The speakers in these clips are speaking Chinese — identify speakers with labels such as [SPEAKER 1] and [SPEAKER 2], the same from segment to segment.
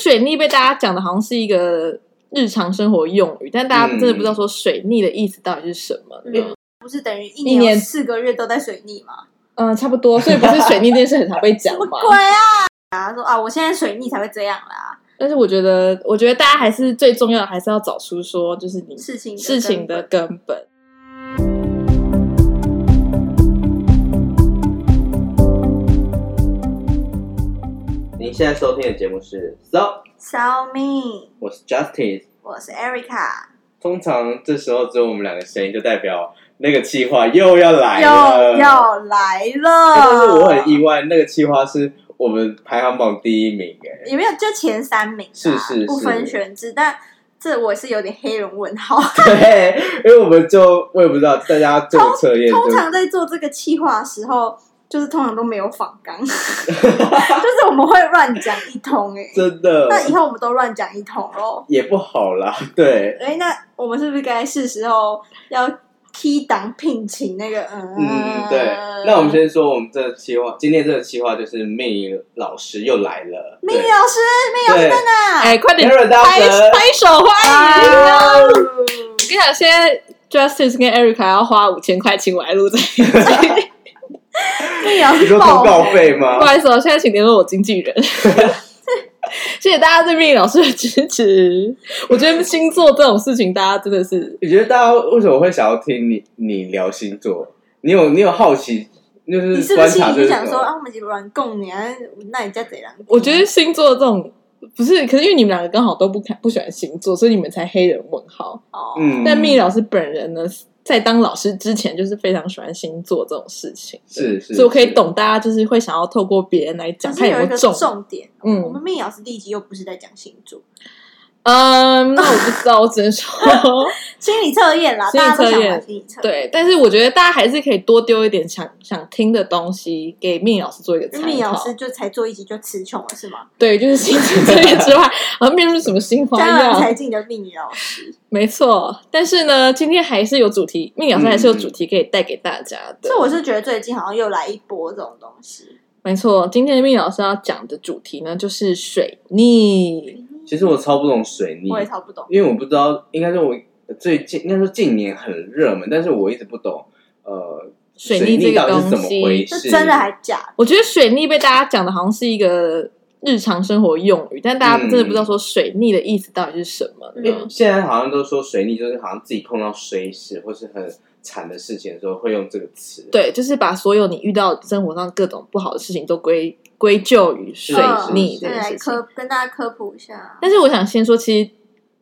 [SPEAKER 1] 水逆被大家讲的好像是一个日常生活用语，但大家真的不知道说水逆的意思到底是什么。
[SPEAKER 2] 嗯不是等于一
[SPEAKER 1] 一
[SPEAKER 2] 年
[SPEAKER 1] 年
[SPEAKER 2] 有四个月都在水逆吗？
[SPEAKER 1] 嗯，差不多，所以不是水逆这件事很常被讲 嘛。
[SPEAKER 2] 鬼啊！啊，说啊，我现在水逆才会这样啦，
[SPEAKER 1] 但是我觉得，我觉得大家还是最重要的，还是要找出说，就是你
[SPEAKER 2] 事情
[SPEAKER 1] 事情的
[SPEAKER 2] 根
[SPEAKER 1] 根本。
[SPEAKER 3] 您现在收听的节目是 So，
[SPEAKER 2] 本烧命，
[SPEAKER 3] 我是 Justice。
[SPEAKER 2] 我是 Erica，
[SPEAKER 3] 通常这时候只有我们两个声音，就代表那个气话又要来了。哎
[SPEAKER 2] 又要来
[SPEAKER 3] 但
[SPEAKER 2] 了。
[SPEAKER 3] 是我很意外，那个气话是我们排行榜第一名哎、
[SPEAKER 2] 也没有就前三名啊，
[SPEAKER 3] 是是是
[SPEAKER 2] 不分悬置，但这我是有点黑人问号。
[SPEAKER 3] 对，因为我们就我也不知道大家做个测验，
[SPEAKER 2] 通
[SPEAKER 3] 对
[SPEAKER 2] 常在做这个企划的时候，就是通常都没有仿 纲，就是我们会乱讲一通哎、
[SPEAKER 3] 不对真的
[SPEAKER 2] 那以后我们都乱讲一通喽。
[SPEAKER 3] 也不好啦， 对，
[SPEAKER 2] 哎、那我们是不是该是时候要 key 档聘请那个？嗯
[SPEAKER 3] 嗯对。那我们先说我们这个计划，今天这个计划就是命老师又来了，
[SPEAKER 2] 米老师，米老师
[SPEAKER 3] 对
[SPEAKER 2] 在哪？
[SPEAKER 1] 哎，快点
[SPEAKER 3] ，Aaron 大
[SPEAKER 1] 拍
[SPEAKER 3] 神，
[SPEAKER 1] 拍手欢迎！
[SPEAKER 2] 哎呦
[SPEAKER 1] 我跟你讲，现在 Justice 跟 Erica 要花五千块请我来录这一集。
[SPEAKER 2] 米老
[SPEAKER 3] 你
[SPEAKER 2] 师
[SPEAKER 3] 说
[SPEAKER 2] 爆
[SPEAKER 3] 通
[SPEAKER 2] 红
[SPEAKER 3] 告 费
[SPEAKER 1] 不
[SPEAKER 3] 吗？
[SPEAKER 1] 好意思哦，现在请联络我经纪人。 谢谢大家对命老师的支持。我觉得星座这种事情，大家真的是
[SPEAKER 3] 你觉得大家为什么会想要听你你聊星座？你有你有好奇，就
[SPEAKER 2] 你
[SPEAKER 3] 是
[SPEAKER 2] 是不是
[SPEAKER 3] 观
[SPEAKER 2] 心
[SPEAKER 3] 察
[SPEAKER 2] 里
[SPEAKER 3] 这
[SPEAKER 2] 就是
[SPEAKER 3] 什
[SPEAKER 2] 想说
[SPEAKER 3] 么？
[SPEAKER 2] 啊，我们几个软供你啊？那你家贼狼？
[SPEAKER 1] 我觉得星座这种不是，可是因为你们两个刚好都不看不喜欢星座，所以你们才黑人问号。
[SPEAKER 2] 哦，
[SPEAKER 3] 嗯
[SPEAKER 1] 但命老师本人呢，在当老师之前就是非常喜欢星座这种事情，
[SPEAKER 3] 是是，
[SPEAKER 1] 所以我可以
[SPEAKER 3] 是。
[SPEAKER 1] 懂大家就是会想要透过别人来
[SPEAKER 2] 只
[SPEAKER 1] 讲，
[SPEAKER 2] 是
[SPEAKER 1] 看
[SPEAKER 2] 有一
[SPEAKER 1] 没
[SPEAKER 2] 个
[SPEAKER 1] 有中。
[SPEAKER 2] 重点，我
[SPEAKER 1] 嗯
[SPEAKER 2] 们命老师第一集又不是在讲星座，
[SPEAKER 1] 嗯，那我不知道，我只能说
[SPEAKER 2] 心理测验啦，
[SPEAKER 1] 心理
[SPEAKER 2] 大家都
[SPEAKER 1] 测
[SPEAKER 2] 想
[SPEAKER 1] 验
[SPEAKER 2] 玩心理测验。
[SPEAKER 1] 对。但是我觉得大家还是可以多丢一点想想听的东西给命老师做一个参
[SPEAKER 2] 命老
[SPEAKER 1] 考。
[SPEAKER 2] 师就才做一集就词穷了是吗？
[SPEAKER 1] 对，就是星座这些之外， 好像变出什么新花
[SPEAKER 2] 江郎才
[SPEAKER 1] 样。
[SPEAKER 2] 尽的命理老师，
[SPEAKER 1] 没错，但是呢，今天还是有主题，命老师还是有主题可以带给大家的。
[SPEAKER 2] 嗯所以我是觉得最近好像又来一波这种东西。
[SPEAKER 1] 没错，今天的命老师要讲的主题呢，就是水逆。
[SPEAKER 3] 其实我超不懂水逆，
[SPEAKER 2] 我也超不懂，
[SPEAKER 3] 因为我不知道，应该是我最近应该说近年很热门，但是我一直不懂，呃，
[SPEAKER 1] 水
[SPEAKER 3] 水
[SPEAKER 1] 逆这
[SPEAKER 3] 到
[SPEAKER 1] 个
[SPEAKER 3] 底是
[SPEAKER 1] 东
[SPEAKER 3] 怎么回
[SPEAKER 1] 西，
[SPEAKER 2] 是
[SPEAKER 3] 事？
[SPEAKER 2] 真的还假
[SPEAKER 1] 我觉得水逆被大家讲的好像是一个日常生活用语，但大家
[SPEAKER 3] 嗯
[SPEAKER 1] 真的不知道说水逆的意思到底是什么
[SPEAKER 2] 的？
[SPEAKER 1] 呢？
[SPEAKER 3] 因为现在好像都说水逆就是好像自己碰到衰事或是很惨的事情的时候会用这个词。
[SPEAKER 1] 对，就是把所有你遇到生活上各种不好的事情都归归咎于水逆
[SPEAKER 3] 嗯
[SPEAKER 1] 这
[SPEAKER 2] 对，
[SPEAKER 1] 件
[SPEAKER 2] 来
[SPEAKER 1] 事情。
[SPEAKER 2] 科跟大家科普一下。啊
[SPEAKER 1] 但是我想先说，其实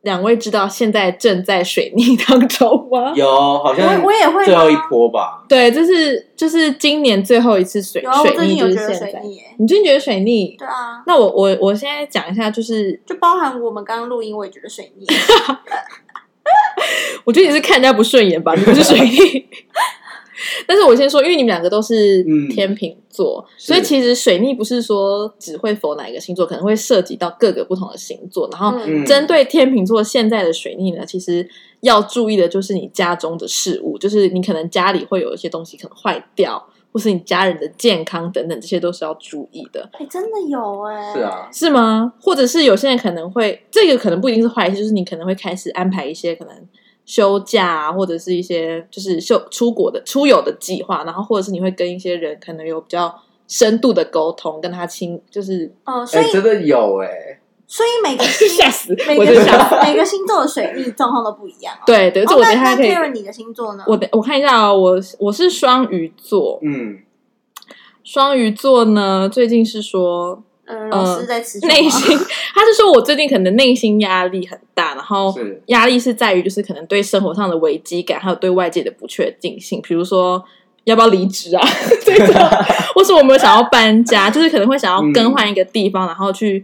[SPEAKER 1] 两位知道现在正在水逆当中吗？
[SPEAKER 3] 有好像
[SPEAKER 2] 我我也会啊
[SPEAKER 3] 最后一
[SPEAKER 2] 吗
[SPEAKER 3] 波吧，
[SPEAKER 1] 对，这是就是今年最后一次水
[SPEAKER 2] 有啊，我
[SPEAKER 1] 水
[SPEAKER 2] 最近
[SPEAKER 1] 逆，
[SPEAKER 2] 有
[SPEAKER 1] 就是
[SPEAKER 2] 觉得
[SPEAKER 1] 现
[SPEAKER 2] 水
[SPEAKER 1] 在。
[SPEAKER 2] 逆耶，
[SPEAKER 1] 你真的觉得水逆？
[SPEAKER 2] 对啊，
[SPEAKER 1] 那我我我现在讲一下，就是
[SPEAKER 2] 就包含我们刚刚录音，我也觉得水 逆。
[SPEAKER 1] 我觉得你是看人家不顺眼吧，你不是水逆。 但是我先说，因为你们两个都是
[SPEAKER 3] 嗯
[SPEAKER 1] 天秤座，
[SPEAKER 3] 是
[SPEAKER 1] 所以其实水逆不是说只会否哪一个星座，可能会涉及到各个不同的星座。然后
[SPEAKER 2] 嗯
[SPEAKER 3] 嗯，
[SPEAKER 1] 针对天秤座现在的水逆呢，其实要注意的就是你家中的事物，就是你可能家里会有一些东西可能坏掉，或是你家人的健康等等，这些都是要注意的。
[SPEAKER 2] 哎，真的有哎，
[SPEAKER 3] 是啊，
[SPEAKER 1] 是吗？或者是有些人可能会，这个可能不一定是坏事，就是你可能会开始安排一些可能休假啊，或者是一些就是休出国的出游的计划，然后或者是你会跟一些人可能有比较深度的沟通，跟他亲，就是
[SPEAKER 2] 嗯，所
[SPEAKER 3] 哎、
[SPEAKER 2] 以
[SPEAKER 3] 真的有哎、
[SPEAKER 2] 所以 每个
[SPEAKER 1] 吓死，
[SPEAKER 2] 每
[SPEAKER 1] 我就
[SPEAKER 2] 个
[SPEAKER 1] 吓死。
[SPEAKER 2] 每个星座的水逆状况都不一样哦。
[SPEAKER 1] 对对，
[SPEAKER 2] 哦
[SPEAKER 1] 这我等一
[SPEAKER 2] 那
[SPEAKER 1] 下
[SPEAKER 2] 那
[SPEAKER 1] 可以。
[SPEAKER 2] Karen 你的星座呢？
[SPEAKER 1] 我等我看一下啊、我我是双鱼座，
[SPEAKER 3] 嗯，
[SPEAKER 1] 双鱼座呢最近是说
[SPEAKER 2] 嗯，老师在持
[SPEAKER 1] 呃
[SPEAKER 2] 续
[SPEAKER 1] 内心，他是说我最近可能内心压力很大，然后
[SPEAKER 3] 是
[SPEAKER 1] 压力是在于就是可能对生活上的危机感，还有对外界的不确定性，比如说要不要离职啊 这种，或是我们想要搬家，就是可能会想要更换一个地方，然后去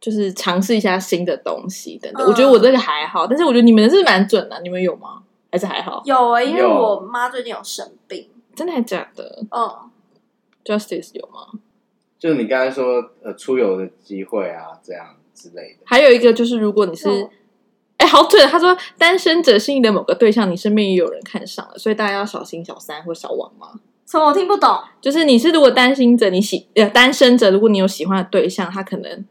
[SPEAKER 1] 就是尝试一下新的东西等等。
[SPEAKER 2] 嗯
[SPEAKER 1] 我觉得我这个还好，但是我觉得你们是蛮准的、你们有吗？还是还好？
[SPEAKER 2] 有哎、因为
[SPEAKER 3] 有
[SPEAKER 2] 我妈最近有生病，
[SPEAKER 1] 真的还假的
[SPEAKER 2] 嗯，
[SPEAKER 1] ？Justice 有吗？
[SPEAKER 3] 就你刚才说呃出游的机会啊，这样之类的，
[SPEAKER 1] 还有一个就是，如果你是
[SPEAKER 2] 那我
[SPEAKER 1] 哎、好准！他说，单身者心仪的某个对象，你身边也有人看上了，所以大家要小心小三或小王嘛。
[SPEAKER 2] 什么我听不懂，
[SPEAKER 1] 就是你是如果单身者，你喜呃单身者，如果你有喜欢的对象，他可能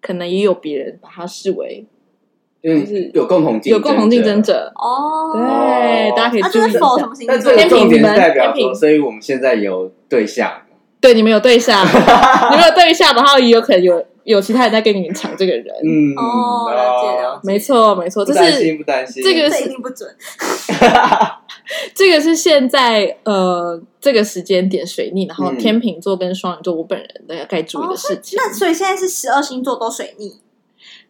[SPEAKER 1] 可能也有别人把它视为
[SPEAKER 3] 就是有共同竞
[SPEAKER 1] 有共同竞争
[SPEAKER 3] 争者。
[SPEAKER 1] 者。
[SPEAKER 2] 哦，
[SPEAKER 1] 对，大家可以
[SPEAKER 2] 啊，
[SPEAKER 1] 注
[SPEAKER 2] 这
[SPEAKER 1] 意一
[SPEAKER 2] 是否什
[SPEAKER 1] 下。
[SPEAKER 2] 么星座？
[SPEAKER 3] 但这个重点是代表
[SPEAKER 1] 天平
[SPEAKER 3] 说，所以我们现在有对象，
[SPEAKER 1] 对，你们有对 象，你们有对象的话，也有可能有有其他人在跟你们抢这个人。
[SPEAKER 3] 嗯，
[SPEAKER 2] 哦，了解了解，
[SPEAKER 1] 没错，没错，
[SPEAKER 3] 不
[SPEAKER 1] 这
[SPEAKER 3] 担
[SPEAKER 1] 是
[SPEAKER 3] 心不担心，
[SPEAKER 1] 这个
[SPEAKER 2] 这一定不准。
[SPEAKER 1] 这个是现在呃这个时间点水逆，然后
[SPEAKER 3] 嗯
[SPEAKER 1] 天秤座跟双鱼座，我本人的该注意的事情。
[SPEAKER 2] 那所以现在是十二星座都水逆，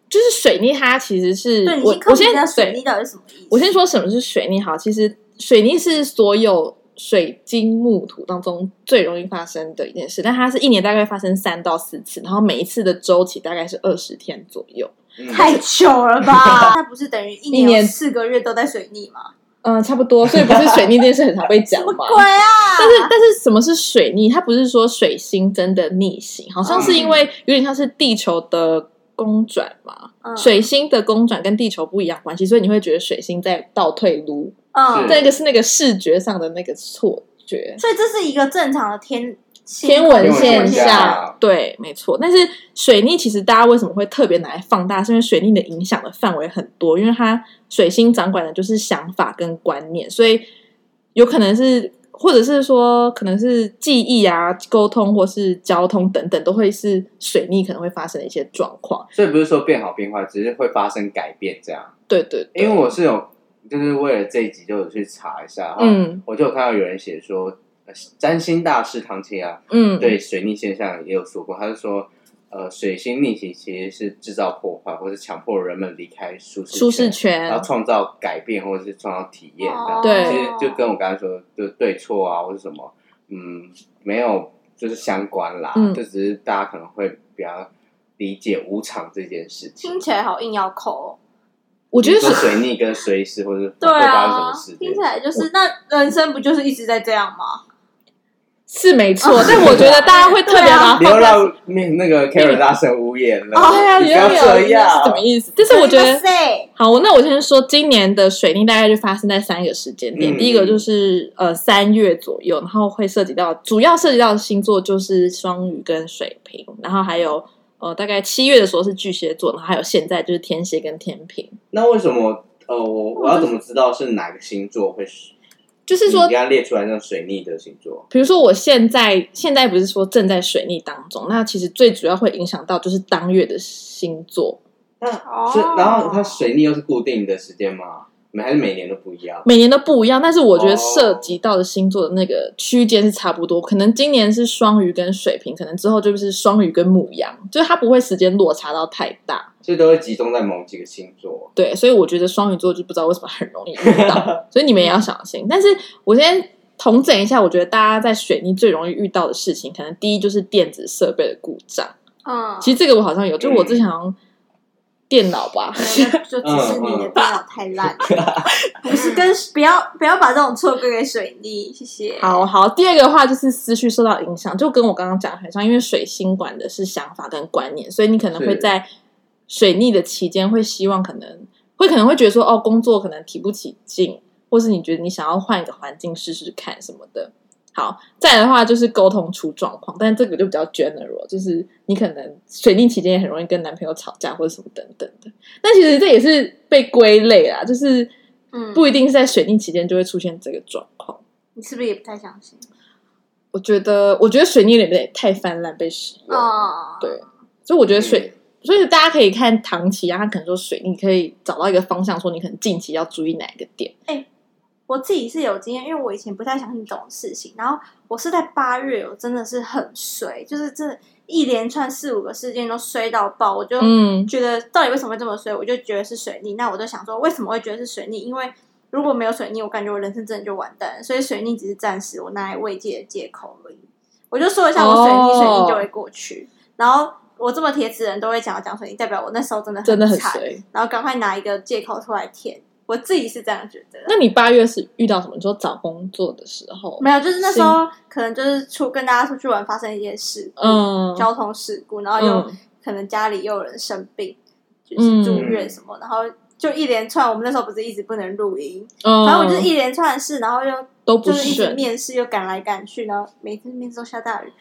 [SPEAKER 1] 就是水逆，它其实是
[SPEAKER 2] 对，你
[SPEAKER 1] 我
[SPEAKER 2] 先
[SPEAKER 1] 我
[SPEAKER 2] 科普
[SPEAKER 1] 先
[SPEAKER 2] 一下水
[SPEAKER 1] 对
[SPEAKER 2] 逆到底是什么意思。
[SPEAKER 1] 我先说什么是水逆好，其实水逆是所有水金木土当中最容易发生的一件事，但它是一年大概发生三到四次，然后每一次的周期大概是二十天左右。
[SPEAKER 3] 嗯
[SPEAKER 2] 太久 了吧？那不是等于一
[SPEAKER 1] 一
[SPEAKER 2] 年
[SPEAKER 1] 年
[SPEAKER 2] 有四个月都在水逆吗？
[SPEAKER 1] 嗯，差不多，所以不是水逆这件事很常被讲
[SPEAKER 2] 什么
[SPEAKER 1] 嘛。
[SPEAKER 2] 鬼啊！
[SPEAKER 1] 但是但是什么是水逆？它不是说水星真的逆行，好像是因为有点像是地球的公转嘛。
[SPEAKER 2] 嗯
[SPEAKER 1] 水星的公转跟地球不一样关系，所以你会觉得水星在倒退撸。
[SPEAKER 2] 嗯，
[SPEAKER 1] 这个是那个视觉上的那个错觉。
[SPEAKER 2] 所以这是一个正常的天
[SPEAKER 1] 天文现
[SPEAKER 3] 天文现
[SPEAKER 1] 象
[SPEAKER 3] 象，
[SPEAKER 1] 对，没错。但是水逆其实大家为什么会特别拿来放大？是因为水逆的影响的范围很多，因为它水星掌管的就是想法跟观念，所以有可能是，或者是说，可能是记忆啊、沟通或是交通等等，都会是水逆可能会发生的一些状况。
[SPEAKER 3] 所以不是说变好变坏，只是会发生改变这样。
[SPEAKER 1] 对对对，
[SPEAKER 3] 因为我是有，就是为了这一集就有去查一下，然后
[SPEAKER 1] 嗯
[SPEAKER 3] 我就有看到有人写说，呃占星大师唐青啊，
[SPEAKER 1] 嗯，
[SPEAKER 3] 对水逆现象也有说过，他就说，呃，水星逆行其实是制造破坏，或是强迫人们离开舒适
[SPEAKER 1] 舒适
[SPEAKER 3] 圈，
[SPEAKER 1] 圈
[SPEAKER 3] 然后，创造改变或者是创造体验。
[SPEAKER 2] 哦
[SPEAKER 3] 这样
[SPEAKER 1] 对
[SPEAKER 3] 其实就跟我刚才说的，就对错啊，或者什么，嗯，没有就是相关啦，
[SPEAKER 1] 嗯
[SPEAKER 3] 就只是大家可能会比较理解无常这件事情。
[SPEAKER 2] 听起来好硬要扣、哦。
[SPEAKER 1] 我觉得
[SPEAKER 3] 你说
[SPEAKER 1] 水
[SPEAKER 3] 水逆跟水死，或者会
[SPEAKER 2] 对
[SPEAKER 3] 发生什
[SPEAKER 2] 啊
[SPEAKER 3] 么事，
[SPEAKER 2] 听起来就是那人生不就是一直在这样吗？
[SPEAKER 1] 是没错， 但我觉得大家会特别拿它
[SPEAKER 3] 流
[SPEAKER 1] 放大。
[SPEAKER 3] 浪面那个 Karen 大神无言了，
[SPEAKER 1] 对啊，
[SPEAKER 3] 你不要
[SPEAKER 1] 有有是
[SPEAKER 3] 这
[SPEAKER 1] 什么
[SPEAKER 3] 样。
[SPEAKER 1] 意思？但是我觉得。
[SPEAKER 2] 谁
[SPEAKER 1] 好，那我先说今年的水逆大概就发生在三个时间点。
[SPEAKER 3] 嗯
[SPEAKER 1] 第一个就是呃三月左右，然后会涉及到主要涉及到的星座就是双鱼跟水瓶，然后还有呃大概七月的时候是巨蟹座，然后还有现在就是天蝎跟天平。
[SPEAKER 3] 那为什么呃
[SPEAKER 2] 哦
[SPEAKER 3] 我我要怎么知道是哪个星座会是？
[SPEAKER 1] 就是说
[SPEAKER 3] 你，刚刚列出来那种水逆的星座，
[SPEAKER 1] 比如说我现在现在不是说正在水逆当中，那其实最主要会影响到就是当月的星座，
[SPEAKER 2] 哦
[SPEAKER 3] 是然后它水逆又是固定的时间吗？每还是每年都不一样？
[SPEAKER 1] 每年都不一样，但是我觉得
[SPEAKER 3] 哦
[SPEAKER 1] 涉及到的星座的那个区间是差不多，可能今年是双鱼跟水瓶，可能之后就是双鱼跟母羊，就是它不会时间落差到太大。
[SPEAKER 3] 所以都会集中在某几个星座。
[SPEAKER 1] 对，所以我觉得双鱼座就不知道为什么很容易遇到，所以你们也要小心。但是我先统整一下，我觉得大家在水逆最容易遇到的事情，可能第一就是电子设备的故障。
[SPEAKER 2] 嗯，
[SPEAKER 1] 其
[SPEAKER 2] 实
[SPEAKER 1] 实这个我好像有，就是我之前好像电脑吧，
[SPEAKER 2] 就只是你的电脑太烂， 不是跟不要不要把这种错归给水逆，谢谢。
[SPEAKER 1] 好好，第二个的话就是思绪受到影响，就跟我刚刚讲的很像，因为水星管的是想法跟观念，所以你可能会
[SPEAKER 3] 是
[SPEAKER 1] 在水逆的期间会希望可能会可能会觉得说哦，工作可能提不起劲，或是你觉得你想要换一个环境试试看什么的。好，再来的话就是沟通出状况，但这个就比较 general，就是你可能水逆期间也很容易跟男朋友吵架或者什么等等的。但其实这也是被归类啦，就是
[SPEAKER 2] 嗯，
[SPEAKER 1] 不一定是在水逆期间就会出现这个状况。
[SPEAKER 2] 你是不是也不太相信？
[SPEAKER 1] 我觉得，我觉得水逆有点太泛滥被使用，
[SPEAKER 2] 哦，
[SPEAKER 1] 对所以我觉得水，
[SPEAKER 3] 嗯
[SPEAKER 1] 所以大家可以看唐琪啊，他可能说水逆可以找到一个方向，说你可能近期要注意哪一个点。
[SPEAKER 2] 我自己是有经验，因为我以前不太相信这种事情，然后我是在八月，我真的是很衰，就是这一连串四五个事件都衰到爆，我就
[SPEAKER 1] 嗯
[SPEAKER 2] 觉得到底为什么会这么衰，我就觉得是水逆。那我就想说，为什么会觉得是水逆？因为如果没有水逆，我感觉我人生真的就完蛋了。所以水逆只是暂时我拿来慰藉的借口而已。我就说一下，我水逆，
[SPEAKER 1] 哦
[SPEAKER 2] 水逆就会过去。然后我这么铁齿的人都会讲要讲水逆，代表我那时候真的
[SPEAKER 1] 真的很
[SPEAKER 2] 惨，
[SPEAKER 1] 水。
[SPEAKER 2] 然后赶快拿一个借口出来填。我自己是这样觉得。
[SPEAKER 1] 那你八月是遇到什么？你说找工作的时候，
[SPEAKER 2] 没有，就是那时候可能就是出跟大家出去玩，发生一些事故，
[SPEAKER 1] 嗯
[SPEAKER 2] 交通事故，然后又、
[SPEAKER 1] 嗯
[SPEAKER 2] 可能家里又有人生病，就是住院什么，然后就一连串，我们那时候不是一直不能录音，
[SPEAKER 1] 嗯，
[SPEAKER 2] 反正我就是一连串的事，然后又
[SPEAKER 1] 都不
[SPEAKER 2] 就是一直
[SPEAKER 1] 顺，
[SPEAKER 2] 面试又赶来赶去，然后每次面试都下大雨，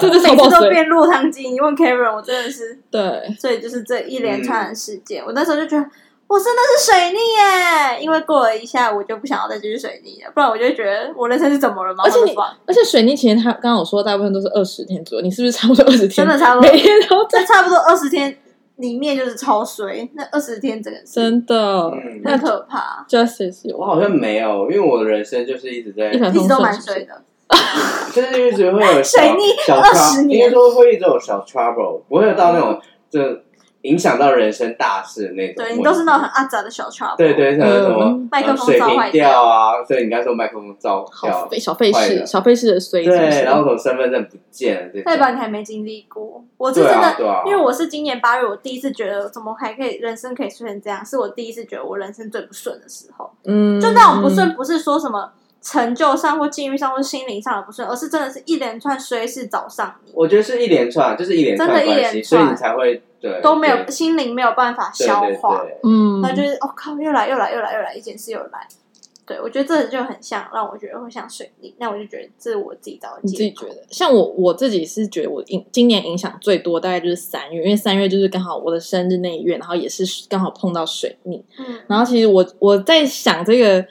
[SPEAKER 1] 这就是
[SPEAKER 2] 每
[SPEAKER 1] 泡
[SPEAKER 2] 次
[SPEAKER 1] 泡
[SPEAKER 2] 都
[SPEAKER 1] 水。
[SPEAKER 2] 变落汤鸡。你问 Karen，我真的是，
[SPEAKER 1] 对，
[SPEAKER 2] 所以就是这一连串的事件，我那时候就觉得。我真的是水逆耶！因为过了一下，我就不想要再继续水逆了，不然我就会觉得我人生是怎么了吗？
[SPEAKER 1] 而且
[SPEAKER 2] 我
[SPEAKER 1] 你
[SPEAKER 2] 的吧
[SPEAKER 1] 而且水泥前他刚刚我说大部分都是二十天左右，你是不是差不多二十天？
[SPEAKER 2] 真的差不多
[SPEAKER 1] 每天都在，
[SPEAKER 2] 这差不多二十天里面就是超水，那二十天整个是
[SPEAKER 1] 真的。
[SPEAKER 3] 嗯
[SPEAKER 1] 那
[SPEAKER 2] 很可怕，
[SPEAKER 1] Justice 有啊
[SPEAKER 3] 我好像没有，因为我的人生就是一直在
[SPEAKER 1] 一，帆
[SPEAKER 2] 一
[SPEAKER 1] 风
[SPEAKER 2] 直都蛮
[SPEAKER 1] 顺，是不
[SPEAKER 2] 水
[SPEAKER 1] 是？
[SPEAKER 2] 的。
[SPEAKER 3] 就是一直会有小
[SPEAKER 2] 水逆
[SPEAKER 3] 小
[SPEAKER 2] 20
[SPEAKER 3] trou-
[SPEAKER 2] 年嗯
[SPEAKER 3] 应该说会一直有小 trouble，不会有到那种就影响到人生大事那种问题。
[SPEAKER 2] 对你都是那种很阿杂的小 trouble，
[SPEAKER 3] 对对，像什么
[SPEAKER 1] 嗯，
[SPEAKER 2] 麦克
[SPEAKER 3] 呃
[SPEAKER 2] 风
[SPEAKER 3] 水
[SPEAKER 2] 罩
[SPEAKER 3] 瓶
[SPEAKER 2] 坏
[SPEAKER 3] 掉，啊，所以你刚才说麦克风照
[SPEAKER 1] 好
[SPEAKER 3] 掉，
[SPEAKER 1] 费小费
[SPEAKER 3] 坏
[SPEAKER 1] 事，
[SPEAKER 3] 的
[SPEAKER 1] 小费事的随
[SPEAKER 3] 对，
[SPEAKER 1] 机是
[SPEAKER 3] 然后什么身份证不见了，这种
[SPEAKER 2] 代表你还没经历过。我是
[SPEAKER 3] 对
[SPEAKER 2] 真的，
[SPEAKER 3] 啊对啊，
[SPEAKER 2] 因为我是今年八月，我第一次觉得怎么还可以人生可以顺成这样，是我第一次觉得我人生最不顺的时候。
[SPEAKER 1] 嗯，
[SPEAKER 2] 就那种不顺，不是说什么成就上或境遇上或心灵上的不顺，而是真的是一连串衰事找上你，
[SPEAKER 3] 我觉得是一连串，就是一连
[SPEAKER 2] 真的
[SPEAKER 3] 串
[SPEAKER 2] 一连
[SPEAKER 3] 关系，所
[SPEAKER 2] 串
[SPEAKER 3] 以你才会对
[SPEAKER 2] 都没有
[SPEAKER 3] 对
[SPEAKER 2] 心灵没有办法
[SPEAKER 3] 对
[SPEAKER 2] 消
[SPEAKER 3] 对
[SPEAKER 2] 化。
[SPEAKER 3] 对
[SPEAKER 1] 嗯，
[SPEAKER 2] 那就是我、哦、靠，又来又来又来又来，一件事又来。对，我觉得这就很像，让我觉得会像水逆。那我就觉得这是我自己找的
[SPEAKER 1] 你自己
[SPEAKER 2] 借
[SPEAKER 1] 觉
[SPEAKER 2] 口。
[SPEAKER 1] 得？像我我自己是觉得我影今年影响最多，大概就是三月，因为三月就是刚好我的生日那一月，然后也是刚好碰到水逆。
[SPEAKER 2] 嗯，
[SPEAKER 1] 然后其实我我在想这个，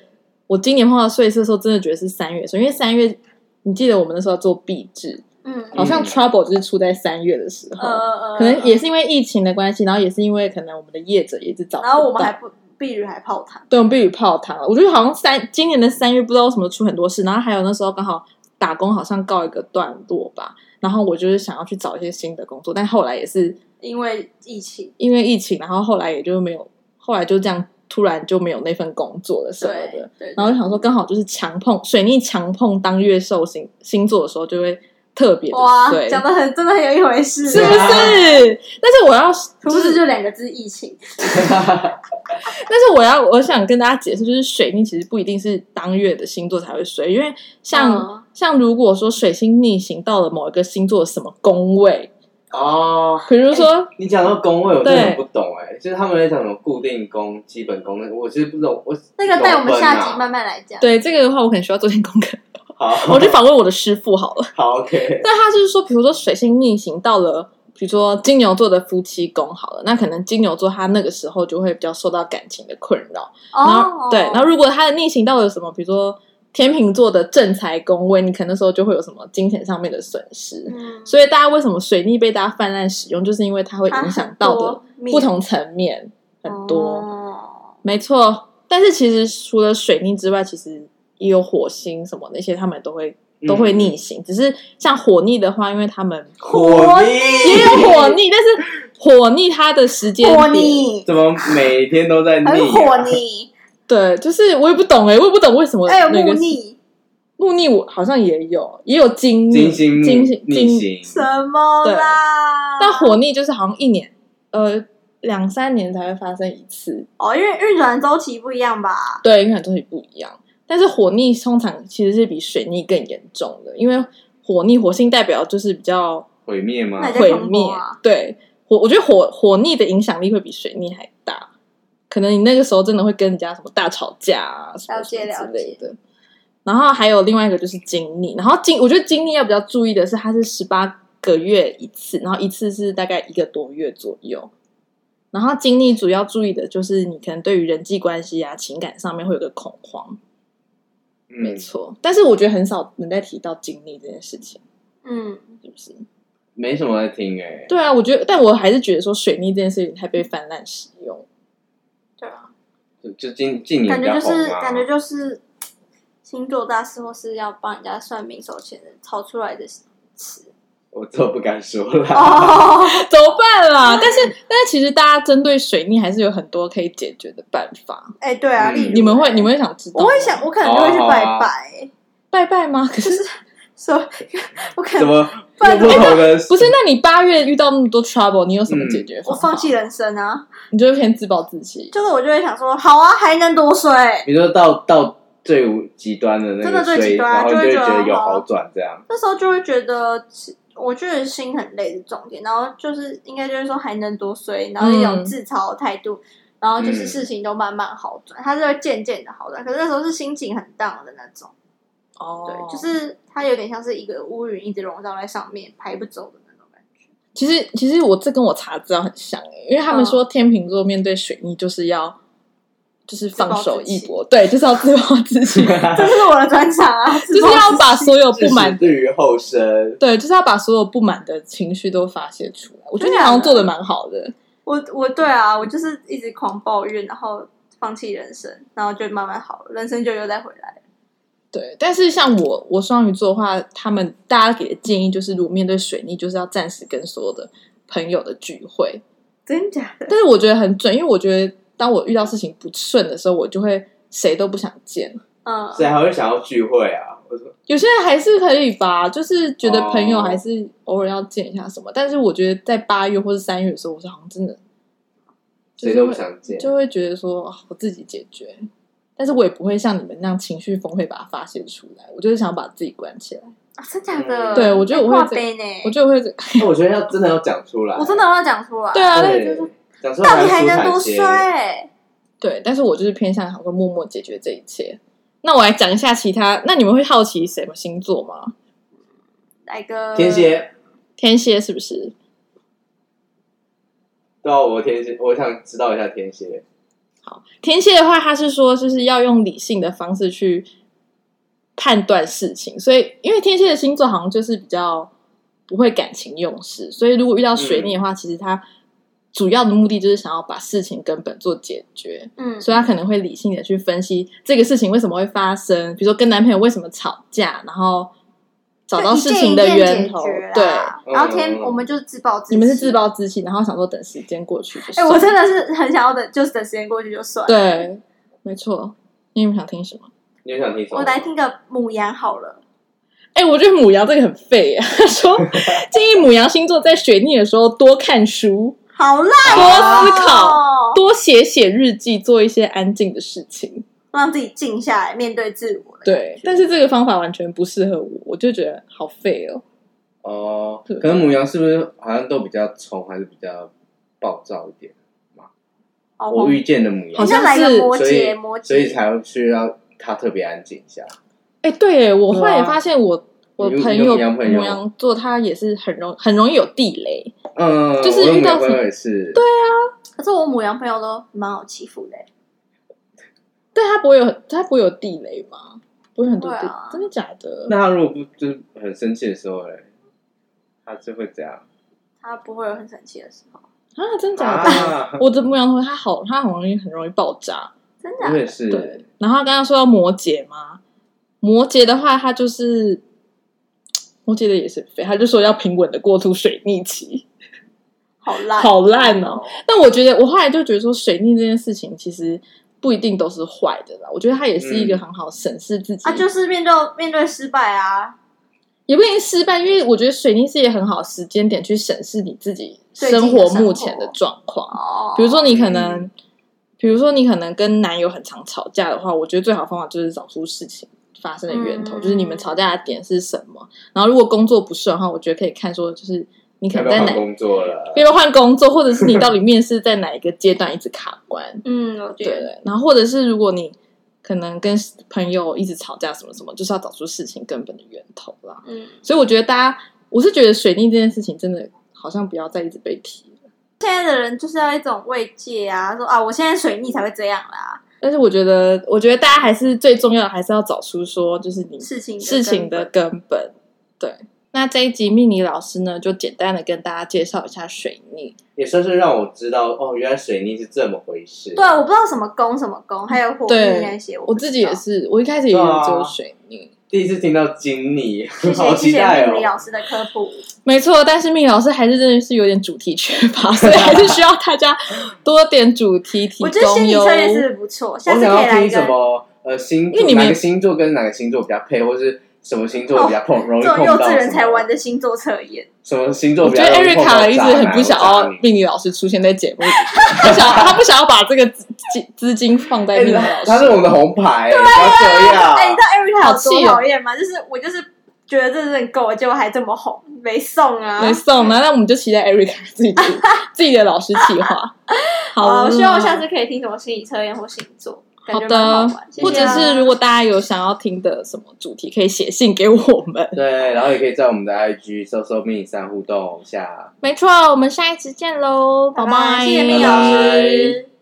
[SPEAKER 1] 我今年碰到碎事的时候，真的觉得是三月，所以因为三月，你记得我们那时候做壁纸，
[SPEAKER 2] 嗯，
[SPEAKER 1] 好像
[SPEAKER 3] 嗯
[SPEAKER 1] trouble 就是出在三月的时候，
[SPEAKER 2] 呃，
[SPEAKER 1] 可能也
[SPEAKER 2] 是，
[SPEAKER 1] 是因为疫情的关系，然后也是因为可能我们的业者也一直找不到，
[SPEAKER 2] 然后我们还不避雨还泡汤，
[SPEAKER 1] 对，我们被雨泡汤了。我觉得好像三今年的三月不知道为什么出很多事，然后还有那时候刚好打工好像告一个段落吧，然后我就是想要去找一些新的工作，但后来也是
[SPEAKER 2] 因为疫情。
[SPEAKER 1] 因为疫情，然后后来也就没有，后来就这样突然就没有那份工作了什么
[SPEAKER 2] 对
[SPEAKER 1] 的。
[SPEAKER 2] 对，
[SPEAKER 1] 然后就想说，刚好就是强碰水逆强碰当月寿星星座的时候，就会特别的
[SPEAKER 2] 哇，
[SPEAKER 1] 衰，
[SPEAKER 2] 讲的很真的很有一回事，
[SPEAKER 1] 是不
[SPEAKER 3] 对啊
[SPEAKER 1] 是？但是我要
[SPEAKER 2] 不是就两个字疫情？
[SPEAKER 1] 但是我要我想跟大家解释，就是水逆其实不一定是当月的星座才会衰，因为像、
[SPEAKER 2] 嗯
[SPEAKER 1] 像如果说水星逆行到了某一个星座的什么宫位，
[SPEAKER 3] 哦。
[SPEAKER 1] 比如说、
[SPEAKER 2] 哎
[SPEAKER 3] 你讲到宫位，我真
[SPEAKER 1] 对
[SPEAKER 3] 的很不懂哎、就是他们在讲什么固定宫、基本宫，那个我其实不懂。我
[SPEAKER 2] 那个待我们下集
[SPEAKER 3] 慢
[SPEAKER 2] 慢慢来讲。
[SPEAKER 1] 啊对这个的话，我可能需要做点功 课，
[SPEAKER 3] 好，
[SPEAKER 1] 我去访问我的师傅好了。
[SPEAKER 3] 好 OK。
[SPEAKER 1] 那他就是说，比如说水星逆行到了。比如说金牛座的夫妻宫好了，那可能金牛座他那个时候就会比较受到感情的困扰。然后
[SPEAKER 2] 哦，
[SPEAKER 1] 对，然后如果他的逆行到了什么，比如说天秤座的正财宫位，你可能那时候就会有什么金钱上面的损失。
[SPEAKER 2] 嗯，
[SPEAKER 1] 所以大家为什么水逆被大家泛滥使用，就是因为它会
[SPEAKER 2] 它
[SPEAKER 1] 影响
[SPEAKER 2] 很
[SPEAKER 1] 到的
[SPEAKER 2] 多
[SPEAKER 1] 不同层面很
[SPEAKER 2] 面
[SPEAKER 1] 多，
[SPEAKER 2] 哦
[SPEAKER 1] 没错。但是其实除了水逆之外，其实也有火星什么那些，他们都会
[SPEAKER 3] 嗯
[SPEAKER 1] 都会逆行。只是像火逆的话，因为他 们
[SPEAKER 3] 火力，
[SPEAKER 1] 也有火逆，但是火逆它的时间点
[SPEAKER 2] 火你，
[SPEAKER 3] 怎么每天都在逆、
[SPEAKER 2] 很火
[SPEAKER 3] 啊？
[SPEAKER 2] 你，
[SPEAKER 1] 对，就是我也不懂哎、我也不懂为什么
[SPEAKER 2] 哎，
[SPEAKER 1] 那个
[SPEAKER 2] 木逆
[SPEAKER 1] 木逆我好像也有，也有金逆
[SPEAKER 3] 金星逆
[SPEAKER 1] 金星
[SPEAKER 3] 逆
[SPEAKER 1] 金
[SPEAKER 3] 行，
[SPEAKER 2] 什么
[SPEAKER 1] 对
[SPEAKER 2] 啦？
[SPEAKER 1] 但火逆就是好像一年，呃，两三年才会发生一次。
[SPEAKER 2] 哦，因为运转周期不一样吧？
[SPEAKER 1] 对，因为很多东西不一样。但是火逆通常其实是比水逆更严重的，因为火逆火星代表就是比较
[SPEAKER 3] 毁灭吗
[SPEAKER 2] 那？你在
[SPEAKER 1] 毁
[SPEAKER 2] 恐
[SPEAKER 1] 灭
[SPEAKER 2] 怖啊。
[SPEAKER 1] 对，火我觉得火火逆的影响力会比水逆还大。可能你那个时候真的会跟人家什么大吵架啊，什么
[SPEAKER 2] 了
[SPEAKER 1] 什么
[SPEAKER 2] 解
[SPEAKER 1] 之
[SPEAKER 2] 了
[SPEAKER 1] 类
[SPEAKER 2] 解
[SPEAKER 1] 的。然后还有另外一个就是经历，然后经我觉得经历要比较注意的是，它是十八个月一次，然后一次是大概一个多月左右。然后经历主要注意的就是你可能对于人际关系啊、情感上面会有个恐慌，没
[SPEAKER 3] 嗯，
[SPEAKER 1] 错。但是我觉得很少能再提到经历这件事情，
[SPEAKER 2] 嗯，
[SPEAKER 1] 是不是？
[SPEAKER 3] 没什么在听哎、
[SPEAKER 1] 对啊，我觉得，但我还是觉得说水逆这件事情太被泛滥使用。
[SPEAKER 2] 对啊，
[SPEAKER 3] 就就近近年
[SPEAKER 2] 感
[SPEAKER 3] 比较
[SPEAKER 2] 觉就
[SPEAKER 3] 红啊
[SPEAKER 2] 是
[SPEAKER 3] 嘛。
[SPEAKER 2] 感觉就是星座大师或是要帮人家算命手签的炒出来的词。
[SPEAKER 3] 我都不敢说了。
[SPEAKER 2] 哦，
[SPEAKER 1] 怎么办
[SPEAKER 2] 啊
[SPEAKER 1] 啦？但是，但是其实大家针对水逆还是有很多可以解决的办法。
[SPEAKER 2] 哎，对啊，
[SPEAKER 3] 嗯
[SPEAKER 2] 例如
[SPEAKER 1] 你们会，你们会想知道吗？
[SPEAKER 2] 我会想，我可能就会去拜
[SPEAKER 3] 哦好
[SPEAKER 2] 拜，
[SPEAKER 1] 拜拜吗？可是
[SPEAKER 2] 说我
[SPEAKER 3] 怎
[SPEAKER 2] 可能
[SPEAKER 3] 么又不同的？
[SPEAKER 1] 不是？那你八月遇到那么多 trouble，你有什么解决
[SPEAKER 2] 我
[SPEAKER 1] 方法？
[SPEAKER 2] 放弃人生啊，
[SPEAKER 1] 你就会先自暴自弃。
[SPEAKER 2] 就是我就会想说，好啊，还能多睡。
[SPEAKER 3] 你说到到最极端的那
[SPEAKER 2] 真
[SPEAKER 3] 个
[SPEAKER 2] 的最
[SPEAKER 3] 水，
[SPEAKER 2] 极端
[SPEAKER 3] 然后你
[SPEAKER 2] 就会
[SPEAKER 3] 会
[SPEAKER 2] 觉
[SPEAKER 3] 觉
[SPEAKER 2] 得
[SPEAKER 3] 得有
[SPEAKER 2] 好
[SPEAKER 3] 好转这样。
[SPEAKER 2] 那时候就会觉得，我觉得
[SPEAKER 1] 嗯
[SPEAKER 2] 心很累是重点，然后就是应该就是说还能多睡，然后一种自嘲的态度。然后就是
[SPEAKER 3] 嗯
[SPEAKER 2] 事情都慢慢好转，它是会渐渐的好转。可是那时候是心情很 down 的那种，
[SPEAKER 1] 哦
[SPEAKER 2] 对，就是它有点像是一个乌云一直笼罩在上面，排不走的那种感觉。
[SPEAKER 1] 其实其实我这跟我查资料很像欸，因为
[SPEAKER 2] 嗯
[SPEAKER 1] 他们说天秤座面对水逆就是要就是放手一搏，对，就是要自暴自 弃，
[SPEAKER 2] 这是我的专 场啊，就
[SPEAKER 1] 就是要把所有不
[SPEAKER 3] 自
[SPEAKER 1] 满
[SPEAKER 3] 始至于后生，
[SPEAKER 1] 对，就是要把所有不满的情绪都发泄出来。我觉得你
[SPEAKER 2] 真的啊
[SPEAKER 1] 好像
[SPEAKER 2] 假的
[SPEAKER 1] 做的蛮好的，
[SPEAKER 2] 我我对啊，我就是一直狂抱怨，然后放弃人生，然后就慢慢好了，人生就又再回来。
[SPEAKER 1] 对。但是像我，我双鱼座的话，他们大家给的建议就是，如果面对水逆，就是要暂时跟所有的朋友的聚会。
[SPEAKER 2] 真假的？
[SPEAKER 1] 但是我觉得很准，因为我觉得当我遇到事情不顺的时候，我就会谁都不想见。
[SPEAKER 2] 嗯，
[SPEAKER 3] 所以还会想要聚会啊。我说
[SPEAKER 1] 有些人还是可以吧，就是觉得朋友
[SPEAKER 3] 哦
[SPEAKER 1] 还是偶尔要见一下什么。但是我觉得在八月或者三月的时候，我是好像真的
[SPEAKER 3] 谁都不想见，
[SPEAKER 1] 就会觉得说啊我自己解决，但是我也不会像你们那样情绪峰会把它发泄出来，我就是想把自己关起来。
[SPEAKER 2] 啊真假的？
[SPEAKER 3] 嗯
[SPEAKER 1] 对我觉得我会
[SPEAKER 2] 挂
[SPEAKER 1] 这
[SPEAKER 2] 杯呢，
[SPEAKER 1] 我就会这
[SPEAKER 3] 那哎我觉得要真的要讲出来，
[SPEAKER 2] 我真的要讲出来。
[SPEAKER 1] 对啊，那个就
[SPEAKER 3] 对
[SPEAKER 1] 是，
[SPEAKER 3] 讲出来
[SPEAKER 2] 到底
[SPEAKER 3] 才
[SPEAKER 2] 还能
[SPEAKER 3] 舒
[SPEAKER 2] 多啊
[SPEAKER 3] 坦些
[SPEAKER 2] 衰？
[SPEAKER 1] 对，但是我就是偏向想说默默解决这一切。那我来讲一下其他，那你们会好奇什么星座吗？
[SPEAKER 2] 来个
[SPEAKER 3] 天，蝎，
[SPEAKER 1] 天蝎是不是？
[SPEAKER 3] 对啊，我天蝎，我想知道一下天蝎，
[SPEAKER 1] 天蝎的话，他是说就是要用理性的方式去判断事情，所以因为天蝎的星座好像就是比较不会感情用事，所以如果遇到水逆的话，其实他主要的目的就是想要把事情根本做解决，
[SPEAKER 2] 嗯，
[SPEAKER 1] 所以他可能会理性的去分析这个事情为什么会发生，比如说跟男朋友为什么吵架，然后找到事情的源头
[SPEAKER 2] 就一件一件解决啦。
[SPEAKER 1] 对，
[SPEAKER 3] 对
[SPEAKER 2] 然后天，
[SPEAKER 3] 嗯
[SPEAKER 2] 我们就是自暴自弃。
[SPEAKER 1] 你们是自。暴自弃，然后想说等时间过去就
[SPEAKER 2] 哎，
[SPEAKER 1] 算了。
[SPEAKER 2] 我真的是很想要等，就是等时间过去就算。，
[SPEAKER 1] 对，没错。你们想听什么？
[SPEAKER 3] 你有想听什么？
[SPEAKER 2] 我来听个母羊好了。
[SPEAKER 1] 哎、我觉得母羊这个很废耶。 他说建议母羊星座在水逆的时候多看书、
[SPEAKER 2] 好烂
[SPEAKER 1] 多
[SPEAKER 2] 哦，
[SPEAKER 1] 思考、多写写日记，做一些安静的事情。
[SPEAKER 2] 让自己静下来，面对自我。，
[SPEAKER 1] 对，但是这个方法完全不适合我，我就觉得好废哦。
[SPEAKER 3] 哦，
[SPEAKER 1] 对
[SPEAKER 3] 可能母羊是不是好像都比较冲，还是比较暴躁一点？
[SPEAKER 2] 哦，
[SPEAKER 3] 我遇见的母
[SPEAKER 1] 好
[SPEAKER 3] 羊，
[SPEAKER 1] 像
[SPEAKER 2] 像来
[SPEAKER 1] 是
[SPEAKER 2] 个摩
[SPEAKER 3] 所以
[SPEAKER 2] 羯，摩羯，
[SPEAKER 3] 所以才需要它特别安静一下。
[SPEAKER 1] 哎、对耶，我后来也
[SPEAKER 3] 对啊
[SPEAKER 1] 发现我。我
[SPEAKER 3] 你有
[SPEAKER 1] 朋
[SPEAKER 3] 你有
[SPEAKER 1] 友
[SPEAKER 3] 母羊朋友
[SPEAKER 1] 母羊座，他也是很容很容易有地雷，
[SPEAKER 3] 嗯，
[SPEAKER 1] 就是
[SPEAKER 3] 我有
[SPEAKER 1] 遇到啊
[SPEAKER 3] 母羊朋
[SPEAKER 1] 什么
[SPEAKER 3] 友也是，对，
[SPEAKER 2] 可是我母羊朋友都蛮好欺负的欸，
[SPEAKER 1] 但他不会有他不会有地雷吗？不会很多地，
[SPEAKER 2] 会啊
[SPEAKER 1] 真的假的？
[SPEAKER 3] 那他如果不就是很生气的时候，嘞，他就会怎样？
[SPEAKER 2] 她不会有很生气的时候，
[SPEAKER 1] 啊，真的假的？
[SPEAKER 3] 啊，
[SPEAKER 1] 我的牧羊同学他好，他很容易很容易爆炸，
[SPEAKER 2] 真
[SPEAKER 3] 我
[SPEAKER 2] 的
[SPEAKER 3] 也
[SPEAKER 2] 啊。
[SPEAKER 3] 是，
[SPEAKER 1] 对，然后刚刚说到摩羯嘛，摩羯的话，他就是摩羯的也是废，他就说要平稳的过渡水逆期，
[SPEAKER 2] 好烂，
[SPEAKER 1] 好烂哦。但我觉得我后来就觉得说，水逆这件事情其实不一定都是坏的啦，我觉得它也是一个
[SPEAKER 3] 嗯
[SPEAKER 1] 很好审视自己，
[SPEAKER 2] 啊！就是面对面对失败啊，
[SPEAKER 1] 也不一定失败，因为我觉得水逆是一个很好的时间点去审视你自己
[SPEAKER 2] 最近的
[SPEAKER 1] 生活
[SPEAKER 2] 生
[SPEAKER 1] 目
[SPEAKER 2] 活
[SPEAKER 1] 前的状况。
[SPEAKER 2] 哦，
[SPEAKER 1] 比如说你可能，
[SPEAKER 3] 嗯
[SPEAKER 1] 比如说你可能跟男友很常吵架的话，我觉得最好的方法就是找出事情发生的源头，
[SPEAKER 2] 嗯
[SPEAKER 1] 就是你们吵架的点是什么。然后如果工作不顺的话，我觉得可以看说，就是你可
[SPEAKER 3] 要
[SPEAKER 1] 能
[SPEAKER 3] 不
[SPEAKER 1] 在
[SPEAKER 3] 要
[SPEAKER 1] 哪
[SPEAKER 3] 换工作了？
[SPEAKER 1] 要不要换工作，或者是你 到底面试在哪一个阶段一直卡关，
[SPEAKER 2] 嗯，我觉
[SPEAKER 1] 对
[SPEAKER 2] 得，
[SPEAKER 1] 然后或者是如果你可能跟朋友一直吵架什么什么，就是要找出事情根本的源头啦。
[SPEAKER 2] 嗯，
[SPEAKER 1] 所以我觉得大家，我是觉得水逆这件事情真的好像不要再一直被提了。
[SPEAKER 2] 现在的人就是要一种慰藉啊，说啊，我现在水逆才会这样啦，
[SPEAKER 1] 但是我觉得，我觉得大家还是最重要的，还是要找出说，就是你
[SPEAKER 2] 事情
[SPEAKER 1] 事情
[SPEAKER 2] 根
[SPEAKER 1] 的
[SPEAKER 2] 本
[SPEAKER 1] 根本。对，那这一集命理老师呢，就简单的跟大家介绍一下水逆。
[SPEAKER 3] 也算是让我知道哦，原来水逆是这么回事。
[SPEAKER 2] 对啊，我不知道什么宫什么宫，还有火
[SPEAKER 1] 对
[SPEAKER 2] 运那些，我
[SPEAKER 1] 我
[SPEAKER 2] 不
[SPEAKER 1] 自
[SPEAKER 2] 知
[SPEAKER 1] 己也
[SPEAKER 2] 道。
[SPEAKER 1] 是，我一开始也以为
[SPEAKER 3] 对啊
[SPEAKER 1] 只有水逆，
[SPEAKER 3] 第一次听到经历，
[SPEAKER 2] 谢
[SPEAKER 3] 好
[SPEAKER 2] 谢谢
[SPEAKER 3] 期
[SPEAKER 2] 谢
[SPEAKER 3] 待
[SPEAKER 2] 命理
[SPEAKER 3] 哦。
[SPEAKER 2] 老师的科普，
[SPEAKER 1] 没错。但是命理老师还是真的是有点主题缺乏，所以还是需要大家多点主题提
[SPEAKER 2] 我觉得心
[SPEAKER 1] 供
[SPEAKER 2] 理
[SPEAKER 1] 哟
[SPEAKER 2] 测。验是不错，下
[SPEAKER 3] 我
[SPEAKER 2] 次
[SPEAKER 3] 想
[SPEAKER 2] 可
[SPEAKER 3] 要
[SPEAKER 2] 以来
[SPEAKER 3] 听
[SPEAKER 2] 一个
[SPEAKER 3] 什么呃星
[SPEAKER 1] 因为
[SPEAKER 3] 座，
[SPEAKER 1] 你们哦
[SPEAKER 3] 哪个星座跟哪个星座比较配，或是什么星座比较碰容易
[SPEAKER 2] 这种
[SPEAKER 3] 碰
[SPEAKER 2] 幼
[SPEAKER 3] 到
[SPEAKER 2] 稚人才
[SPEAKER 3] 什么
[SPEAKER 2] 玩的星座测验。
[SPEAKER 3] 什么星座
[SPEAKER 1] 我
[SPEAKER 3] 比
[SPEAKER 1] 觉
[SPEAKER 3] 较
[SPEAKER 1] 得
[SPEAKER 3] 容易碰到
[SPEAKER 1] Erica 一直
[SPEAKER 3] 渣男
[SPEAKER 1] 很不想要
[SPEAKER 3] 我渣女
[SPEAKER 1] 命理老师出现在节目里，不想他不想要把这个资金资金放在
[SPEAKER 3] 哎
[SPEAKER 1] 命理老师。啊
[SPEAKER 3] 他是我们的红牌，不要
[SPEAKER 2] 哎，你知
[SPEAKER 3] 这
[SPEAKER 2] 道 Erica
[SPEAKER 1] 好
[SPEAKER 2] 有
[SPEAKER 1] 气
[SPEAKER 2] 多
[SPEAKER 1] 哦
[SPEAKER 2] 讨厌吗？就是我就是觉得这阵够了，结果还这么红，没送啊
[SPEAKER 1] 没！送呢，那我们就期待 Erica 自己自己的老师计划。好啊，
[SPEAKER 2] 希望我下次可以听什么心理测验或星座，感
[SPEAKER 1] 好
[SPEAKER 2] 觉蛮
[SPEAKER 1] 的
[SPEAKER 2] 好玩。谢谢啊
[SPEAKER 1] 或者是如果大家有想要听的什么主题，可以写信给我们。
[SPEAKER 3] 对，然后也可以在我们的 IG 搜搜 “mini 三”互动一下。
[SPEAKER 1] 没错，我们下一次见喽，拜
[SPEAKER 2] 拜拜谢谢米
[SPEAKER 3] 拜
[SPEAKER 2] 老
[SPEAKER 3] 拜
[SPEAKER 2] 师。